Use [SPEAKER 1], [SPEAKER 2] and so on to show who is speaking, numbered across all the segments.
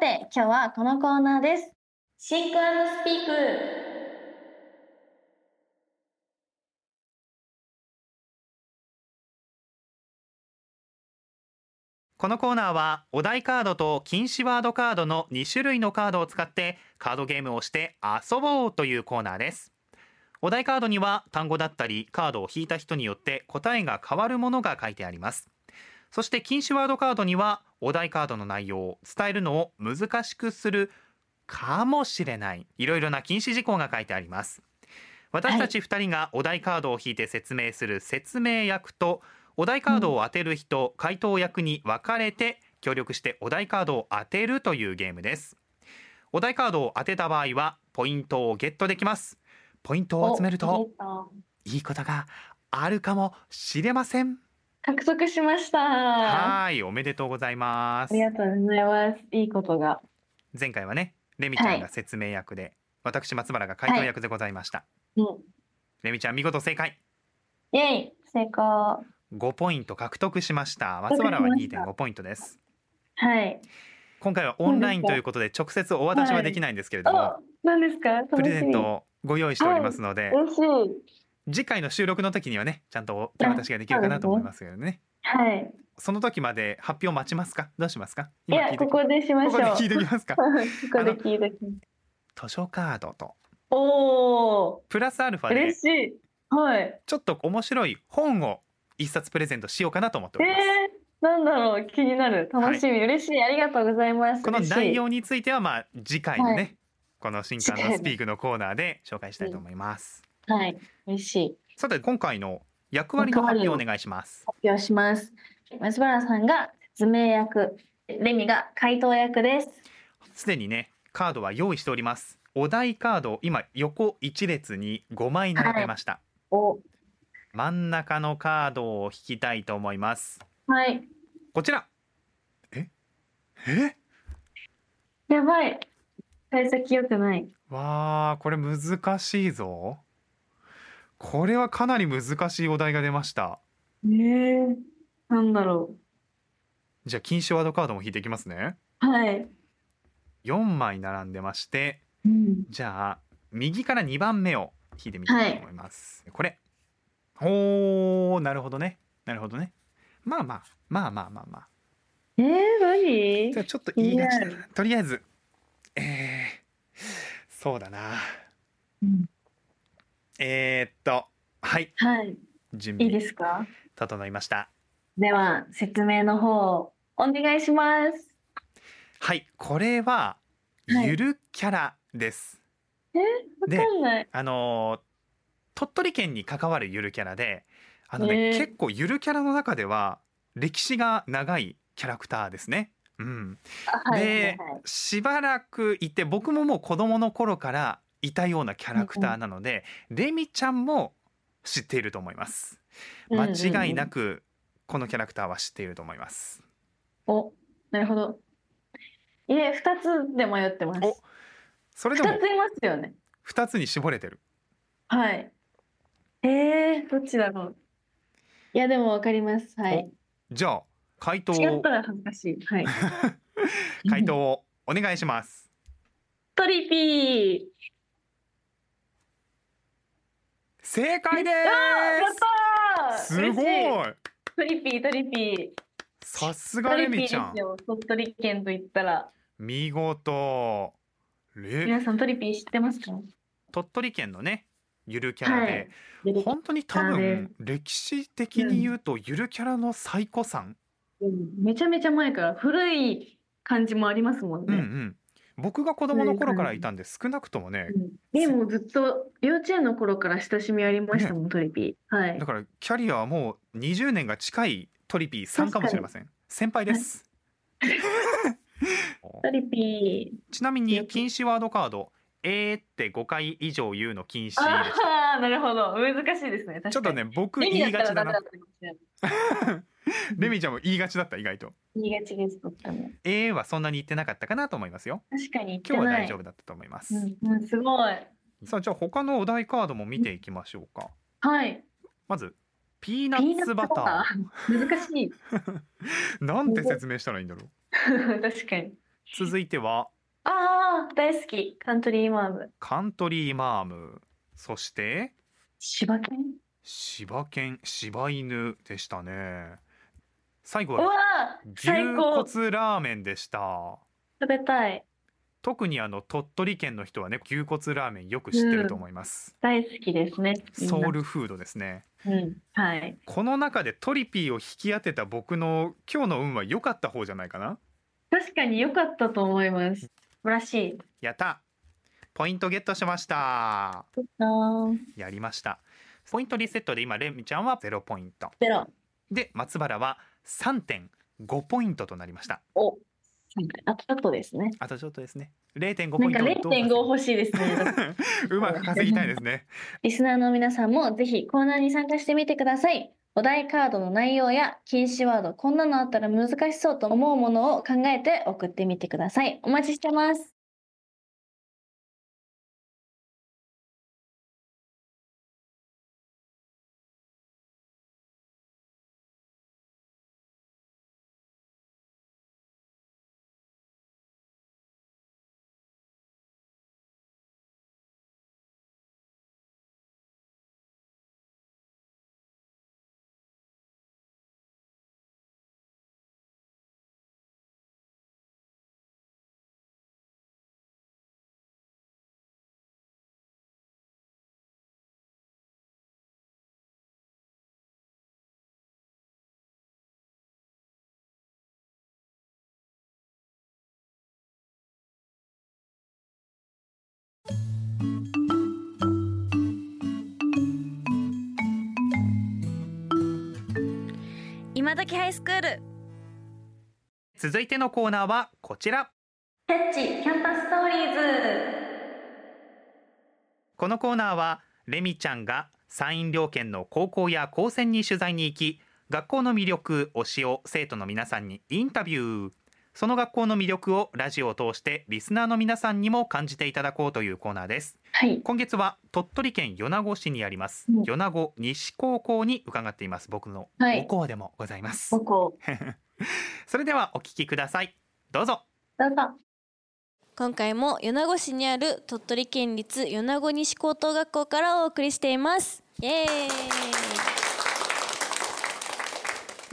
[SPEAKER 1] て今日はこのコーナーです。
[SPEAKER 2] シンクスピーク。
[SPEAKER 3] このコーナーはお題カードと禁止ワードカードの2種類のカードを使ってカードゲームをして遊ぼうというコーナーですお題カードには単語だったりカードを引いた人によって答えが変わるものが書いてありますそして禁止ワードカードにはお題カードの内容を伝えるのを難しくするかもしれないいろいろな禁止事項が書いてあります私たち2人がお題カードを引いて説明する説明役とお題カードを当てる人、回答役に分かれて協力してお題カードを当てるというゲームですお題カードを当てた場合はポイントをゲットできますポイントを集めると
[SPEAKER 1] お
[SPEAKER 3] いいことがあるかもしれません
[SPEAKER 1] 獲得しました。あ
[SPEAKER 3] はいおめでとうございます
[SPEAKER 1] りがとうございます。いいことが。
[SPEAKER 3] 前回はねレミちゃん
[SPEAKER 1] は
[SPEAKER 3] が
[SPEAKER 1] い
[SPEAKER 3] 説明役で、私松原が回答役でございました、
[SPEAKER 1] うん。
[SPEAKER 3] レミちゃん見事正解
[SPEAKER 1] イェイ成功。
[SPEAKER 3] 5ポイント獲得しました松原は
[SPEAKER 1] 獲得しました
[SPEAKER 3] 2.5ポイントです
[SPEAKER 1] はい。
[SPEAKER 3] 今回はオンラインということで直接お渡しはできないんですけれども、
[SPEAKER 1] お、何ですか楽しみ
[SPEAKER 3] プレゼントをご用意しておりますので、
[SPEAKER 1] 嬉しい。
[SPEAKER 3] 次回の収録の時にはねちゃんとお手渡しができるかなと思いますけどね
[SPEAKER 1] はい。
[SPEAKER 3] その時まで発表待ちますかどうしますか
[SPEAKER 1] いや、
[SPEAKER 3] て
[SPEAKER 1] ここでしましょう。
[SPEAKER 3] ここで聞いてきますか
[SPEAKER 1] ここで聞いてきます。
[SPEAKER 3] 図書カードと
[SPEAKER 1] おお、
[SPEAKER 3] プラスアルファで
[SPEAKER 1] 嬉しい。はい。
[SPEAKER 3] ちょっと面白い本を一冊プレゼントしようかなと思って
[SPEAKER 1] え
[SPEAKER 3] おります、
[SPEAKER 1] ー、なんだろう、気になる、楽しみ、嬉しい、ありがとうございます。
[SPEAKER 3] この
[SPEAKER 1] 嬉しい
[SPEAKER 3] 内容についてはまあ次回のね、
[SPEAKER 1] は
[SPEAKER 3] この新刊のスピークのコーナーで紹介したいと思います、
[SPEAKER 1] はい、嬉しい。
[SPEAKER 3] さて今回の役割の発表お願いします
[SPEAKER 1] 発表します。松原さんが説明役、レミが回答役です。
[SPEAKER 3] すでにねカードは用意しておりますお題カードを今横一列に5枚並べました、
[SPEAKER 1] お、
[SPEAKER 3] 真ん中のカードを引きたいと思います
[SPEAKER 1] はい。
[SPEAKER 3] こちらええ
[SPEAKER 1] やばい。対策良くない。
[SPEAKER 3] わあこれ難しいぞこれはかなり難しいお題が出ました
[SPEAKER 1] ええなんだろ
[SPEAKER 3] じゃあ禁止ワードカードも引いていきますね
[SPEAKER 1] う。はい。
[SPEAKER 3] 4枚並んでまして
[SPEAKER 1] うん。
[SPEAKER 3] じゃあ右から2番目を引いてみたいと思います、これおーなるほどねなるほどねまあまあまあまあまあまあ
[SPEAKER 1] ええ何
[SPEAKER 3] じゃあちょっと言いがちだなとりあえずえー、そうだな
[SPEAKER 1] うん
[SPEAKER 3] えー、っとはい
[SPEAKER 1] はい。
[SPEAKER 3] 準
[SPEAKER 1] いいで
[SPEAKER 3] 備
[SPEAKER 1] すか。
[SPEAKER 3] 整いました
[SPEAKER 1] では、説明の方をお願いします。
[SPEAKER 3] はいこれは
[SPEAKER 1] はい
[SPEAKER 3] ゆるキャラです、
[SPEAKER 1] わか
[SPEAKER 3] で
[SPEAKER 1] んない。
[SPEAKER 3] あのー鳥取県に関わるゆるキャラであの
[SPEAKER 1] へ
[SPEAKER 3] ね、
[SPEAKER 1] ー
[SPEAKER 3] 結構ゆるキャラの中では歴史が長いキャラクターですねうん
[SPEAKER 1] あはいはい
[SPEAKER 3] で
[SPEAKER 1] はい。
[SPEAKER 3] しばらくいて僕ももう子どもの頃からいたようなキャラクターなので、レミちゃんも知っていると思います間違いな
[SPEAKER 1] く。
[SPEAKER 3] くこのキャラクターは知っていると思います
[SPEAKER 1] お、なるほど。いえ、二つで迷ってます。
[SPEAKER 3] おそれ
[SPEAKER 1] 二
[SPEAKER 3] で
[SPEAKER 1] ついま
[SPEAKER 3] も
[SPEAKER 1] すよね。
[SPEAKER 3] 2つに絞れてる
[SPEAKER 1] はい。えー、どっちだろう。いや、でもわかります。はい。
[SPEAKER 3] じゃあ回答
[SPEAKER 1] 違っ
[SPEAKER 3] を
[SPEAKER 1] たら恥ずかしい。はい。
[SPEAKER 3] 回答をお願いします
[SPEAKER 1] トリピー。
[SPEAKER 3] 正解で
[SPEAKER 1] やったー。
[SPEAKER 3] すすごい
[SPEAKER 1] 嬉しトリピー、トリピ
[SPEAKER 3] さす
[SPEAKER 1] ー。
[SPEAKER 3] が
[SPEAKER 1] ト
[SPEAKER 3] レ
[SPEAKER 1] リピー
[SPEAKER 3] ミ
[SPEAKER 1] で
[SPEAKER 3] ち
[SPEAKER 1] す
[SPEAKER 3] ゃん
[SPEAKER 1] よ。鳥取県と言ったら、
[SPEAKER 3] 見事レ
[SPEAKER 1] 皆さんトリピー知ってますか。
[SPEAKER 3] 鳥取県のねゆるキャラで、
[SPEAKER 1] はい出てき
[SPEAKER 3] 本当に多
[SPEAKER 1] キャラ
[SPEAKER 3] 分歴史的に言うとゆるキャラの最古
[SPEAKER 1] う
[SPEAKER 3] 参、
[SPEAKER 1] んめちゃめちゃ前から古い感じもありますもん
[SPEAKER 3] うんう
[SPEAKER 1] ね。
[SPEAKER 3] ん、僕が子供の頃からいたんで少なくともね
[SPEAKER 1] うんでもずっと幼稚園の頃から親しみありましたもん、トリピー。はい
[SPEAKER 3] だ。からキャリアはもう20年が近いトリピーさんかもしれません先輩です、
[SPEAKER 1] トリピー。
[SPEAKER 3] ちなみに禁止ワードカード「えー」って5回以上言うの禁止です
[SPEAKER 1] ああ、なるほど。難しいですね。確かに
[SPEAKER 3] ちょっとね僕
[SPEAKER 1] レミ
[SPEAKER 3] 言い
[SPEAKER 1] だっ
[SPEAKER 3] が
[SPEAKER 1] た
[SPEAKER 3] ち
[SPEAKER 1] らダメ
[SPEAKER 3] だ
[SPEAKER 1] だ
[SPEAKER 3] な
[SPEAKER 1] ったかもしれない。
[SPEAKER 3] レミちゃんも言いがちだった意外と
[SPEAKER 1] 言いがちです。とっても
[SPEAKER 3] 「えー」はそんなに言ってなかったかなと思いますよ
[SPEAKER 1] 確かに言って
[SPEAKER 3] 今日は
[SPEAKER 1] ない。
[SPEAKER 3] 大丈夫だったと思います、
[SPEAKER 1] うん、うん、すごい。
[SPEAKER 3] さあじゃあ他のお題カードも見ていきましょうか
[SPEAKER 1] はい。
[SPEAKER 3] まずピー
[SPEAKER 1] ピ
[SPEAKER 3] ナッツバター
[SPEAKER 1] ー。難しい。
[SPEAKER 3] なんて説明したらいいんだろう
[SPEAKER 1] 確かに。
[SPEAKER 3] 続いては
[SPEAKER 1] ああ、大好き。カントリーマーム。
[SPEAKER 3] カントリーマームそして
[SPEAKER 1] 柴犬
[SPEAKER 3] 柴犬柴犬でしたね最後
[SPEAKER 1] うわ
[SPEAKER 3] は
[SPEAKER 1] ー、
[SPEAKER 3] 牛
[SPEAKER 1] 最高。
[SPEAKER 3] 骨ラーメンでした
[SPEAKER 1] 食べたい。
[SPEAKER 3] 特にあの鳥取県の人はね牛骨ラーメンよく知ってると思います、
[SPEAKER 1] 大好きですね。みんな
[SPEAKER 3] ソウルフードですね
[SPEAKER 1] うん。はい。
[SPEAKER 3] この中でトリピーを引き当てた僕の今日の運は良かった方じゃないかな
[SPEAKER 1] 確かに良かったと思います。素晴らしい。
[SPEAKER 3] やったポイントゲットしました
[SPEAKER 1] あー
[SPEAKER 3] やりましたポイントリセットで今レミちゃんは0ポイント
[SPEAKER 1] ゼロ。
[SPEAKER 3] で松原は3.5ポイントとなりました
[SPEAKER 1] お、あとちょっとですね。
[SPEAKER 3] あとちょっとですね0.5
[SPEAKER 1] な
[SPEAKER 3] ポイ
[SPEAKER 1] ん
[SPEAKER 3] ン
[SPEAKER 1] か
[SPEAKER 3] トをどう
[SPEAKER 1] 0.5
[SPEAKER 3] か
[SPEAKER 1] 欲しいですね。
[SPEAKER 3] うまく稼ぎたいですね
[SPEAKER 1] リスナーの皆さんもぜひコーナーに参加してみてください。お題カードの内容や禁止ワード、こんなのあったら難しそうと思うものを考えて送ってみてください。お待ちしてます。
[SPEAKER 4] 今時ハイスクール
[SPEAKER 3] 続いてのコーナーはこちら
[SPEAKER 2] キャッチキャンパスストーリーズ
[SPEAKER 3] このコーナーはレミちゃんが山陰両県の高校や高専に取材に行き学校の魅力推しを生徒の皆さんにインタビューその学校の魅力をラジオを通してリスナーの皆さんにも感じていただこうというコーナーです
[SPEAKER 1] はい。
[SPEAKER 3] 今月は鳥取県米子市にあります
[SPEAKER 1] うん
[SPEAKER 3] 米子西高校に伺っています僕の
[SPEAKER 1] はい
[SPEAKER 3] 母校でもございます、
[SPEAKER 1] 母校。
[SPEAKER 3] それではお聞きくださいどうぞ
[SPEAKER 1] どうぞ。
[SPEAKER 4] 今回も米子市にある鳥取県立米子西高等学校からお送りしていますイエーイ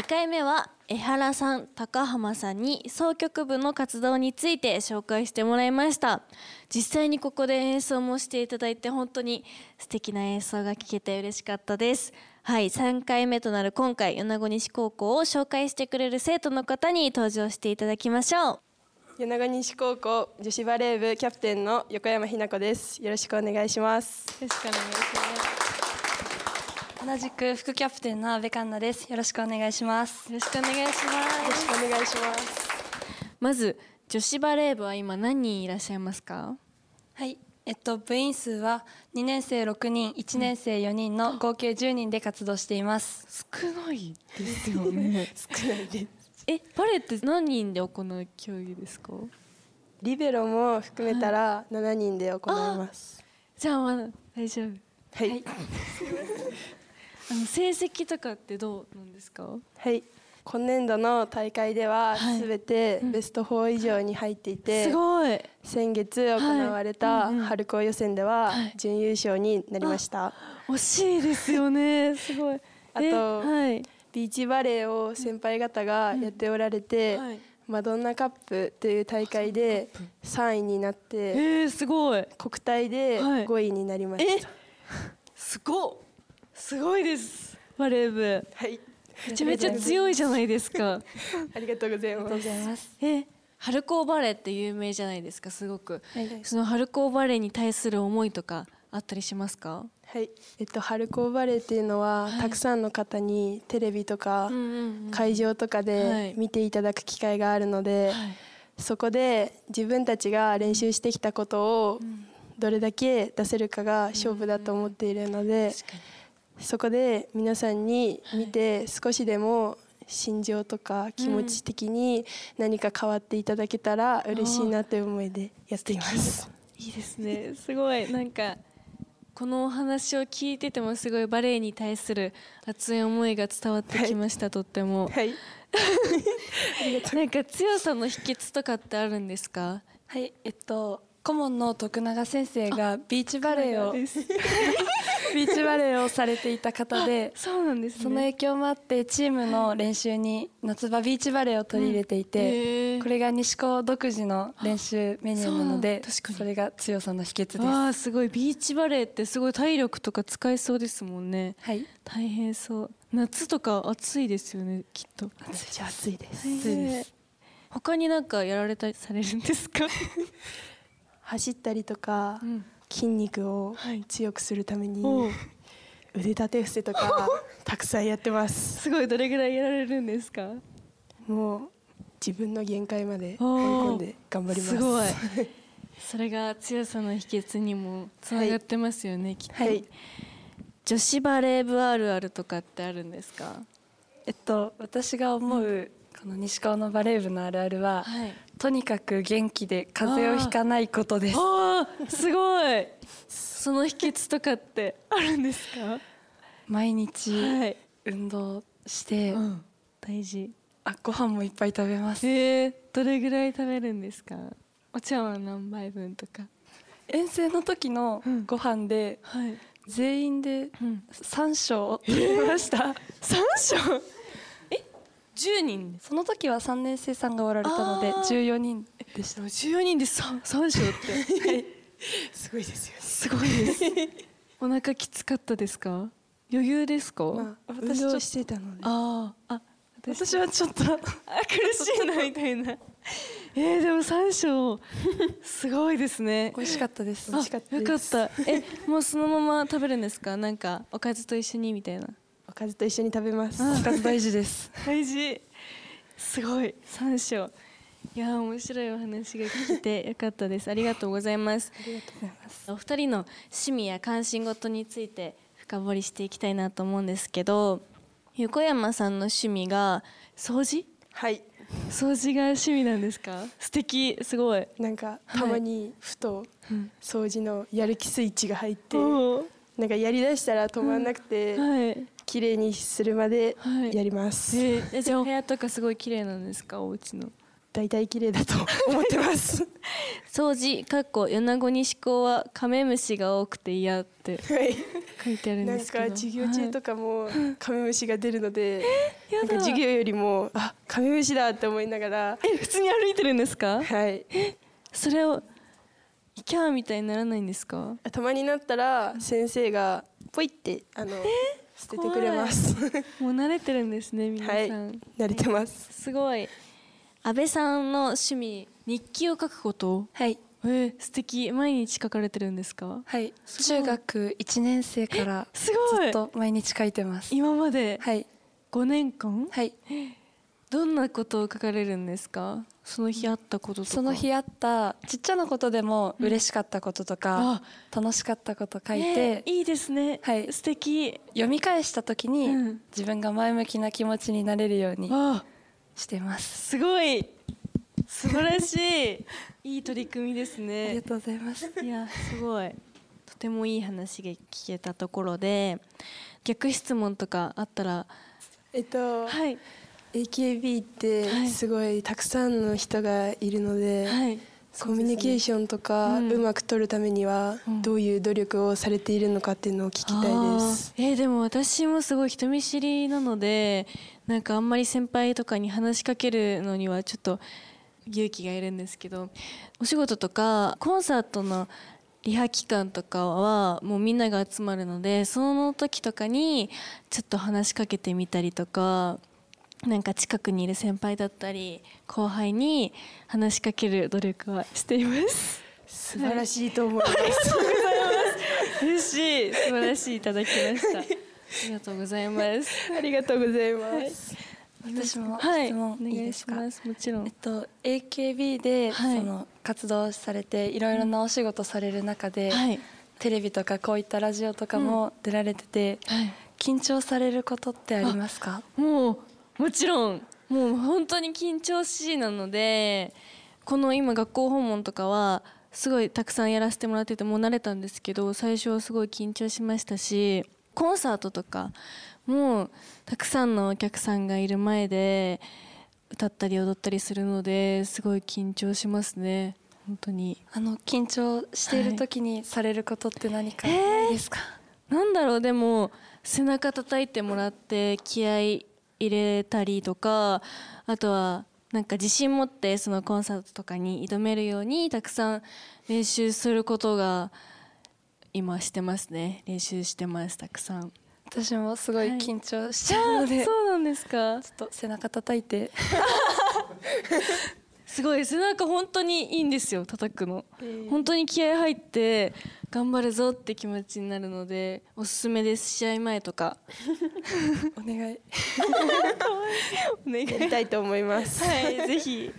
[SPEAKER 4] 2回目は江原さん高浜さんに総局部の活動について紹介してもらいました実際にここで演奏もしていただいて本当に素敵な演奏が聞けて嬉しかったですはい3回目となる今回米子西高校を紹介してくれる生徒の方に登場していただきましょう
[SPEAKER 5] 米子西高校女子バレー部キャプテンの横山ひな子ですよろしくお願いします
[SPEAKER 6] よろしくお願いします。同じく副キャプテンの阿部環奈です。よろしくお願いします。よろしくお願いし
[SPEAKER 5] よ
[SPEAKER 6] ま
[SPEAKER 5] ろしくお願いします
[SPEAKER 4] まず女子バレー部は今何人いらっしゃいますか
[SPEAKER 6] はい。えっと部員数は2年生6人、1年生4人の合計10人で活動しています。
[SPEAKER 4] 少ないですよね
[SPEAKER 5] 少ないです
[SPEAKER 4] えバレーって何人で行う競技ですか
[SPEAKER 5] リベロも含めたら7人で行います
[SPEAKER 4] じゃあまだ大丈夫
[SPEAKER 5] はいは
[SPEAKER 6] は
[SPEAKER 5] い い、
[SPEAKER 4] あの成績とかってどうなんですか
[SPEAKER 5] 今年度の大会では
[SPEAKER 4] はい
[SPEAKER 5] 全てベスト4以上に入っていて、
[SPEAKER 4] すごい
[SPEAKER 5] 先月行われた
[SPEAKER 4] はいうんうん
[SPEAKER 5] 春高予選では
[SPEAKER 4] はい
[SPEAKER 5] 準優勝になりました、
[SPEAKER 4] 惜しいですよ ねすごい
[SPEAKER 5] あと
[SPEAKER 4] えはい
[SPEAKER 5] ビーチバレーを先輩方がやっておられて、
[SPEAKER 4] はい
[SPEAKER 5] マドンナカップという大会で3位になって
[SPEAKER 4] えー、すごい
[SPEAKER 5] 国体で
[SPEAKER 4] はい
[SPEAKER 5] 5位になりました。
[SPEAKER 4] すごっすごいですバレー部
[SPEAKER 5] はい、
[SPEAKER 4] めちゃめちゃ強いじゃないですか
[SPEAKER 5] ありがとうござい
[SPEAKER 6] あり
[SPEAKER 5] ま
[SPEAKER 6] がとう
[SPEAKER 5] す
[SPEAKER 6] ご。ざいます。
[SPEAKER 4] え春高バレーって有名じゃないですかすごく、
[SPEAKER 5] はい
[SPEAKER 4] その春高バレーに対する思いとかあったりしますか
[SPEAKER 5] はい、えっと春高バレーっていうのは、
[SPEAKER 4] はい
[SPEAKER 5] たくさんの方にテレビとか
[SPEAKER 4] うんうんうん
[SPEAKER 5] 会場とか
[SPEAKER 4] はい
[SPEAKER 5] で見ていただく機会があるので、
[SPEAKER 4] はい
[SPEAKER 5] そこで自分たちが練習してきたことをどれだけ出せるかが勝負だと思っているので、
[SPEAKER 4] 確かに
[SPEAKER 5] そこで皆さんに見て少しでも心情とか気持ち的に何か変わっていただけたら嬉しいなという思いでやっています。
[SPEAKER 4] いいですねすごいなんかこのお話を聞いててもすごいバレエに対する熱い思いが伝わってきました、とっても
[SPEAKER 5] はい。
[SPEAKER 4] なんか強さの秘訣とかってあるんですか
[SPEAKER 6] はい、えっと顧問の徳永先生がビーチバレー をビーチバレーをされていた方で、
[SPEAKER 4] そうなんです
[SPEAKER 6] その影響も あってチームの練習に夏場ビーチバレーを取り入れていて、これが西高独自の練習メニューなので、
[SPEAKER 4] あそう確かに
[SPEAKER 6] それが強さの秘訣です。
[SPEAKER 4] わあすごいビーチバレーってすごい体力とか使えそうですもんね
[SPEAKER 6] はい、
[SPEAKER 4] 大変そう夏とか暑いですよねきっと
[SPEAKER 5] じゃあ暑いです。
[SPEAKER 6] 暑いです。
[SPEAKER 4] 他になんかやられたりされるんですか、
[SPEAKER 5] 走ったりとか
[SPEAKER 4] うん、
[SPEAKER 5] 筋肉を
[SPEAKER 4] はい
[SPEAKER 5] 強くするために
[SPEAKER 4] おう
[SPEAKER 5] 腕立て伏せとか たくさんやってます。
[SPEAKER 4] すごいどれぐらいやられるんですか
[SPEAKER 5] もう自分の限界まで
[SPEAKER 4] お
[SPEAKER 5] 追い
[SPEAKER 4] ー
[SPEAKER 5] 込んで頑張ります。
[SPEAKER 4] すごいそれが強さの秘訣にもつながってますよね、きっと、
[SPEAKER 5] はい。
[SPEAKER 4] 女子バレー部あるあるとかってあるんですか
[SPEAKER 6] えっと私が思う、この西高のバレー部のあるあるは、
[SPEAKER 4] はい
[SPEAKER 6] とにかく元気で風邪をひかないことです。
[SPEAKER 4] あーすごいその秘訣とかってあるんですか
[SPEAKER 6] 毎日
[SPEAKER 4] はい、
[SPEAKER 6] 運動して、
[SPEAKER 4] うん、大事
[SPEAKER 6] あご飯もいっぱい食べます。
[SPEAKER 4] えー、どれぐらい食べるんですかお茶碗何杯分とか
[SPEAKER 6] 遠征の時の
[SPEAKER 4] うん
[SPEAKER 6] ご飯で
[SPEAKER 4] はい、
[SPEAKER 6] 全員で
[SPEAKER 4] うん、
[SPEAKER 6] 三章を食べました。
[SPEAKER 4] 三章え10人
[SPEAKER 6] その時は三年生さんがおられたので
[SPEAKER 4] あー
[SPEAKER 6] 十四人でした。
[SPEAKER 4] 14人で 3, 三章って
[SPEAKER 5] すごいですよね。
[SPEAKER 4] すごいですお腹きつかったですか余裕ですか、
[SPEAKER 5] まあ運
[SPEAKER 6] 私ちょっと
[SPEAKER 5] 動してたので。
[SPEAKER 4] あーあ
[SPEAKER 6] 私はちょっと
[SPEAKER 4] あ苦しいなみたいな えー、でも三章すごいです ね
[SPEAKER 6] 美味しかったです。
[SPEAKER 4] あ
[SPEAKER 5] 味しかったです
[SPEAKER 4] よかったえもうそのまま食べるんですかなんかおかずと一緒にみたいな
[SPEAKER 5] おかずと一緒に食べます。
[SPEAKER 6] おかず大事です。
[SPEAKER 4] 大事すごい三章いやー面白いお話が聞けてよかったですありがとうございます
[SPEAKER 6] ありがとうございます。
[SPEAKER 4] お二人の趣味や関心事について深掘りしていきたいなと思うんですけど横山さんの趣味が掃除
[SPEAKER 5] はい。
[SPEAKER 4] 掃除が趣味なんですか素敵すごい
[SPEAKER 5] なんか
[SPEAKER 4] い
[SPEAKER 5] たまにふと
[SPEAKER 4] うん
[SPEAKER 5] 掃除のやる気スイッチが入って、
[SPEAKER 4] おー
[SPEAKER 5] なんかやりだしたら止まらなくて、
[SPEAKER 4] はい
[SPEAKER 5] 綺麗にするまで
[SPEAKER 4] はい
[SPEAKER 5] やります。
[SPEAKER 4] えーえじゃあお部屋とかすごい綺麗なんですかお家の
[SPEAKER 5] 大体綺麗だ と思ってます。
[SPEAKER 4] 掃除かっこ米子西高はカメムシが多くて嫌って
[SPEAKER 5] はい。
[SPEAKER 4] 書いてあるん
[SPEAKER 5] なん
[SPEAKER 4] で
[SPEAKER 5] か
[SPEAKER 4] すけど
[SPEAKER 5] 授業中とかもカメムシが出るので、
[SPEAKER 4] や
[SPEAKER 5] な
[SPEAKER 4] だ
[SPEAKER 5] んか授業よりもあカメムシだって思いながら、
[SPEAKER 4] え普通に歩いてるんですか
[SPEAKER 5] はい。
[SPEAKER 4] それをキャーみたいにならないんですか
[SPEAKER 5] たまになったら先生がポイってあの捨ててくれます。
[SPEAKER 4] もう慣れてるんですね皆さん、
[SPEAKER 5] はい。 慣れてます。
[SPEAKER 4] すごい安倍さんの趣味日記を書くこと
[SPEAKER 6] はい
[SPEAKER 4] えー、素敵毎日書かれてるんですか
[SPEAKER 6] はい。
[SPEAKER 4] ごい
[SPEAKER 6] 中学一年生から
[SPEAKER 4] す
[SPEAKER 6] ず
[SPEAKER 4] ごい
[SPEAKER 6] っと毎日書いてます。
[SPEAKER 4] 今まで
[SPEAKER 6] はい
[SPEAKER 4] 5年間、
[SPEAKER 6] はい。
[SPEAKER 4] どんなことを書かれるんですかその日あったこととか
[SPEAKER 6] その日あったちっちゃなことでも嬉しかったこととか
[SPEAKER 4] あ、
[SPEAKER 6] 楽しかったこと書いて、
[SPEAKER 4] ねいいですね、
[SPEAKER 6] はい
[SPEAKER 4] 素敵
[SPEAKER 6] 読み返した時に、
[SPEAKER 4] うん
[SPEAKER 6] 自分が前向きな気持ちになれるように
[SPEAKER 4] あ
[SPEAKER 6] してます。
[SPEAKER 4] すごい素晴らしいいい取り組みです
[SPEAKER 6] ありが
[SPEAKER 4] ね
[SPEAKER 6] とうござい ます。
[SPEAKER 4] いやすごいとてもいい話が聞けたところで逆質問とかあったら
[SPEAKER 5] えっと。
[SPEAKER 4] はい
[SPEAKER 5] AKB っ
[SPEAKER 4] は
[SPEAKER 5] て
[SPEAKER 4] い
[SPEAKER 5] すごいたくさんの人がいるので、
[SPEAKER 4] はい
[SPEAKER 5] コミュニケーションとか
[SPEAKER 4] うん
[SPEAKER 5] うまく取るためには
[SPEAKER 4] うん
[SPEAKER 5] どういう努力をされているのかっていうのを聞きたいです。
[SPEAKER 4] あーえーでも私もすごい人見知りなのでなんかあんまり先輩とかに話しかけるのにはちょっと勇気がいるんですけどお仕事とかコンサートのリハ期間とかはもうみんなが集まるのでその時とかにちょっと話しかけてみたりとかなんか近くにいる先輩だったり後輩に話しかける努力はしています。
[SPEAKER 5] 素晴らしいと思います。
[SPEAKER 4] 嬉しい素晴らしいいただきましたありがとうございます
[SPEAKER 5] ありがとうございます。
[SPEAKER 6] 私も
[SPEAKER 4] はい
[SPEAKER 6] 質問いい
[SPEAKER 4] お願
[SPEAKER 6] で
[SPEAKER 4] い
[SPEAKER 6] す
[SPEAKER 4] し
[SPEAKER 6] か。
[SPEAKER 4] ますもちろん
[SPEAKER 6] えっと AKB でそ
[SPEAKER 4] はい
[SPEAKER 6] の活動されていろいろなお仕事される中で、
[SPEAKER 4] はい
[SPEAKER 6] テレビとかこういったラジオとかも出られてて、
[SPEAKER 4] はい
[SPEAKER 6] 緊張されることってありますか？
[SPEAKER 4] もうもちろんもう本当に緊張しいなのでこの今学校訪問とかはすごいたくさんやらせてもらっててもう慣れたんですけど最初はすごい緊張しましたしコンサートとかもうたくさんのお客さんがいる前で歌ったり踊ったりするのですごい緊張しますね本当に
[SPEAKER 6] あの緊張している時にされることって何か
[SPEAKER 4] はい
[SPEAKER 6] ないですか、
[SPEAKER 4] なんだろうでも背中叩いてもらって気合い入れたりとかあとはなんか自信持ってそのコンサートとかに挑めるようにたくさん練習することが今してますね練習してますたくさん
[SPEAKER 6] 私もすごい
[SPEAKER 4] はい
[SPEAKER 6] 緊張しちゃうので、ちょ
[SPEAKER 4] うなんですか
[SPEAKER 6] っと背中叩いて
[SPEAKER 4] すごい背中本当にいいんですよ叩くの本当に気合入って頑張るぞって気持ちになるのでおすすめです試合前とか
[SPEAKER 6] お願い
[SPEAKER 4] お願い
[SPEAKER 5] やりたいと思います。
[SPEAKER 4] はい、ぜひ。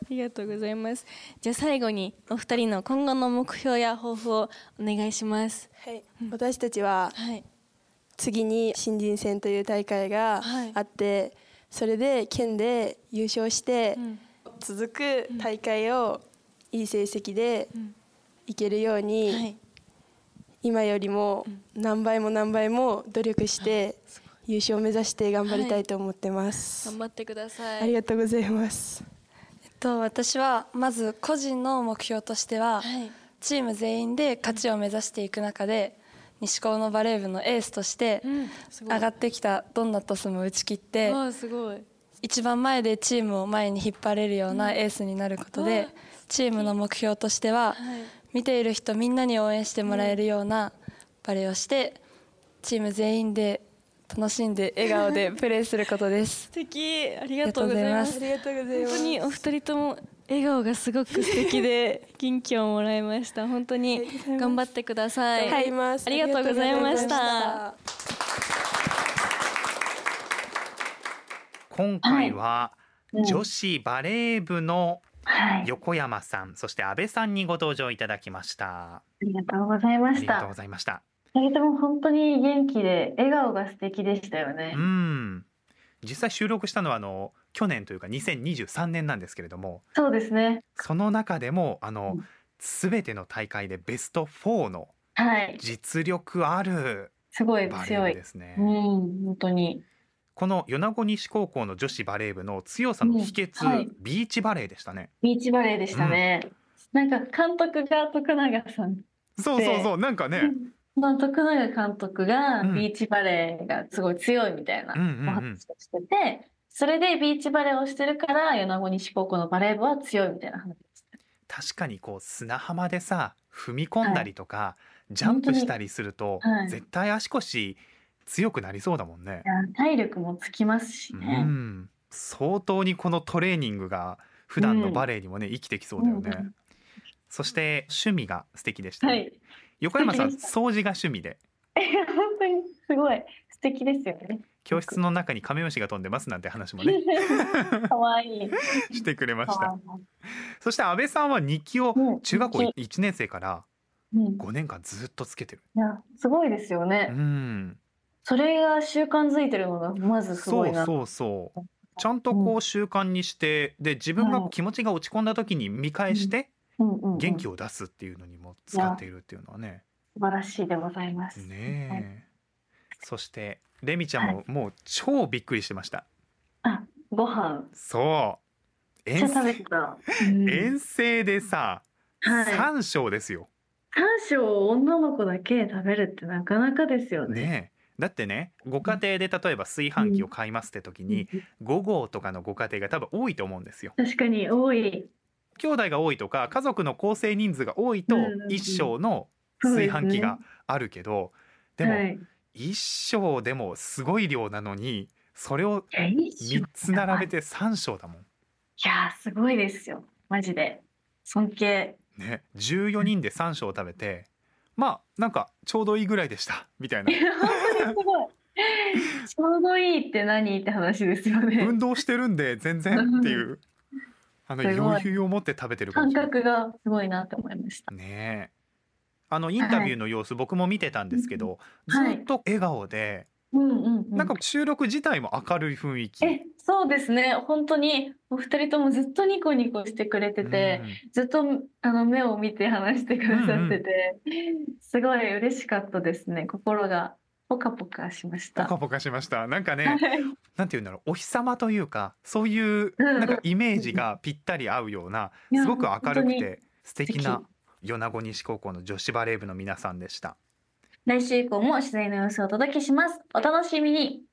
[SPEAKER 4] ありがとうございます。じゃあ最後にお二人の今後の目標や抱負をお願いします。
[SPEAKER 5] はい、私たちは
[SPEAKER 4] はい。
[SPEAKER 5] 次に新人戦という大会が
[SPEAKER 4] はい
[SPEAKER 5] あって、それで県で優勝して、続く大会をいい成績で
[SPEAKER 4] ん
[SPEAKER 5] いけるように、
[SPEAKER 4] はい。
[SPEAKER 5] 今よりも何倍も何倍も努力して優勝を目指して頑張りたいと思ってます。
[SPEAKER 4] 頑張ってください。
[SPEAKER 5] ありがとうございます。
[SPEAKER 6] えっと私はまず個人の目標としては、
[SPEAKER 4] はい
[SPEAKER 6] チーム全員で勝ちを目指していく中で西高のバレー部のエースとして
[SPEAKER 4] うんすごい
[SPEAKER 6] 上がってきたドンナトスも打ち切って
[SPEAKER 4] わあすごい。
[SPEAKER 6] 一番前でチームを前に引っ張れるようなエースになること
[SPEAKER 4] う
[SPEAKER 6] で
[SPEAKER 4] わ
[SPEAKER 6] チームの目標としては
[SPEAKER 4] はい
[SPEAKER 6] 見ている人みんなに応援してもらえるようなバレーをしてチーム全員で楽しんで笑顔でプレーすることです
[SPEAKER 4] 素。敵。ありがとうございます。
[SPEAKER 5] りがとうござい
[SPEAKER 4] 本当にお二人とも笑顔がすごく素敵で元気をもらいました。本当に頑張ってください。
[SPEAKER 5] 頑張ります
[SPEAKER 4] ありがとうござい
[SPEAKER 5] あ
[SPEAKER 4] まし。
[SPEAKER 5] りがとうございましたた
[SPEAKER 3] 今回は
[SPEAKER 1] うん
[SPEAKER 3] 女子バレー部の
[SPEAKER 1] はい。あ
[SPEAKER 3] 横山さん、そして安倍さんにご登場いただきました。
[SPEAKER 1] りがとうござい
[SPEAKER 3] あ
[SPEAKER 1] ま
[SPEAKER 3] り
[SPEAKER 1] し
[SPEAKER 3] がとう
[SPEAKER 1] た
[SPEAKER 3] ご。ざいました。
[SPEAKER 1] 二人とも本当に元気で、笑顔が素敵でしたよね
[SPEAKER 3] う。ん。実際収録したのはあの去年というか2023年なんですけれども、
[SPEAKER 1] そうですね。
[SPEAKER 3] その中でもあの
[SPEAKER 1] うん
[SPEAKER 3] すべての大会でベスト4の
[SPEAKER 1] はい。
[SPEAKER 3] 実力ある
[SPEAKER 1] すごい
[SPEAKER 3] バレ
[SPEAKER 1] 強
[SPEAKER 3] ー部
[SPEAKER 1] い
[SPEAKER 3] で。すね
[SPEAKER 1] うん、。本当に。
[SPEAKER 3] この米子西高校の女子バレー部の強さの秘訣、
[SPEAKER 1] うんはい
[SPEAKER 3] ビーチバレーでしたね。
[SPEAKER 1] ビーチバレーでしたね。なんか監督が徳永さん。
[SPEAKER 3] そうそうそう、なんかね、
[SPEAKER 1] まあ、徳永監督が
[SPEAKER 3] うん
[SPEAKER 1] ビーチバレーがすごい強いみたいな
[SPEAKER 3] うんうんうん
[SPEAKER 1] お話をしてて、それでビーチバレーをしてるから米子西高校のバレー部は強いみたいな話です
[SPEAKER 3] 確かにこう砂浜でさ踏み込んだりとか、ジャンプしたりすると、
[SPEAKER 1] はい
[SPEAKER 3] 絶対足腰強くなりそうだもんね
[SPEAKER 1] い。や体力もつきますし
[SPEAKER 3] う
[SPEAKER 1] ね。
[SPEAKER 3] ん、相当にこのトレーニングが普段のバレーにもね生きてきそうだよね。
[SPEAKER 1] うん
[SPEAKER 3] そして趣味が素敵でしたね、
[SPEAKER 1] はい、
[SPEAKER 3] 横山さん
[SPEAKER 1] 素敵で
[SPEAKER 3] 掃除が趣味で
[SPEAKER 1] 本当にすごい素敵ですよね。
[SPEAKER 3] 教室の中にカメムシが飛んでますなんて話もね
[SPEAKER 1] 可愛いい。
[SPEAKER 3] してくれまし
[SPEAKER 1] 可
[SPEAKER 3] た。
[SPEAKER 1] 愛い
[SPEAKER 3] そして安倍さんは日記を
[SPEAKER 1] うん
[SPEAKER 3] 中学校
[SPEAKER 1] 日
[SPEAKER 3] 1年生から
[SPEAKER 1] うん、い
[SPEAKER 3] 5年間ずっとつけてる。
[SPEAKER 1] やすごいですよ
[SPEAKER 3] う
[SPEAKER 1] ね。
[SPEAKER 3] ん、
[SPEAKER 1] それが習慣づいてるのがまずすご
[SPEAKER 3] そ
[SPEAKER 1] いうな。
[SPEAKER 3] そうそう。ちゃんとこう習慣にして、で自分が気持ちが落ち込んだ時に見返して
[SPEAKER 1] うんうんうん、
[SPEAKER 3] 元気
[SPEAKER 1] 素
[SPEAKER 3] を出すっていうのにも使っているっていうのはね。
[SPEAKER 1] 晴らしいでございます。はい
[SPEAKER 3] ねえ。そしてレミちゃんももう超びっくりしてました。
[SPEAKER 1] あ、ご飯
[SPEAKER 3] そう。
[SPEAKER 1] めっち
[SPEAKER 3] 遠
[SPEAKER 1] ゃ食べて
[SPEAKER 3] 征
[SPEAKER 1] た。うん
[SPEAKER 3] 遠征でさ、
[SPEAKER 1] はい。
[SPEAKER 3] 三章ですよ。
[SPEAKER 1] 三種を女の子だけ食べるってなかなかですよね。
[SPEAKER 3] ねえ。だってねご家庭で例えば炊飯器を買いますって時に5合とかのご家庭が多分多いと思うんですよ。
[SPEAKER 1] 確かに多い。
[SPEAKER 3] 兄弟が多いとか家族の構成人数が多いと
[SPEAKER 1] うんうんうん
[SPEAKER 3] 一升の炊飯器があるけど、でも
[SPEAKER 1] はい。
[SPEAKER 3] 一升でもすごい量なのにそれを
[SPEAKER 1] いや一
[SPEAKER 3] 3
[SPEAKER 1] 種
[SPEAKER 3] つ並べて3升だも
[SPEAKER 1] い
[SPEAKER 3] ん。
[SPEAKER 1] やーすごいですよ。マジで尊 敬。
[SPEAKER 3] ね14人で3升食べてまあなんかちょうどいいぐらいでした みたいな
[SPEAKER 1] すごい。ちょうどいいって何って話ですよね。
[SPEAKER 3] 運動してるんで全然っていうあの
[SPEAKER 1] すごい
[SPEAKER 3] 余裕を持って食べてる
[SPEAKER 1] 感
[SPEAKER 3] 感じ。
[SPEAKER 1] 覚がすごいなと思いました。
[SPEAKER 3] ねえあのインタビューの様子、僕も見てたんですけど、
[SPEAKER 1] はい
[SPEAKER 3] ずっと笑顔で、
[SPEAKER 1] うんうんうん
[SPEAKER 3] なんか収録自体も明るい雰囲気。
[SPEAKER 1] えそうですね本当にお二人ともずっとニコニコしてくれてて、ずっとあの目を見て話してくださってて、すごい嬉しかったですね心がポカポカしまし
[SPEAKER 3] うん、
[SPEAKER 1] た。
[SPEAKER 3] ポカポカしました。なんかね、
[SPEAKER 1] はい
[SPEAKER 3] なんていうんだろう、お日様というか、そういう
[SPEAKER 1] うん
[SPEAKER 3] なんかイメージがぴったり合うような、
[SPEAKER 1] いや
[SPEAKER 3] すごく明るく
[SPEAKER 1] 本当
[SPEAKER 3] て素敵な米子西高校の女子バレー部の皆さんでした。
[SPEAKER 7] 来週以降も取材の様子をお届けします。お楽しみに。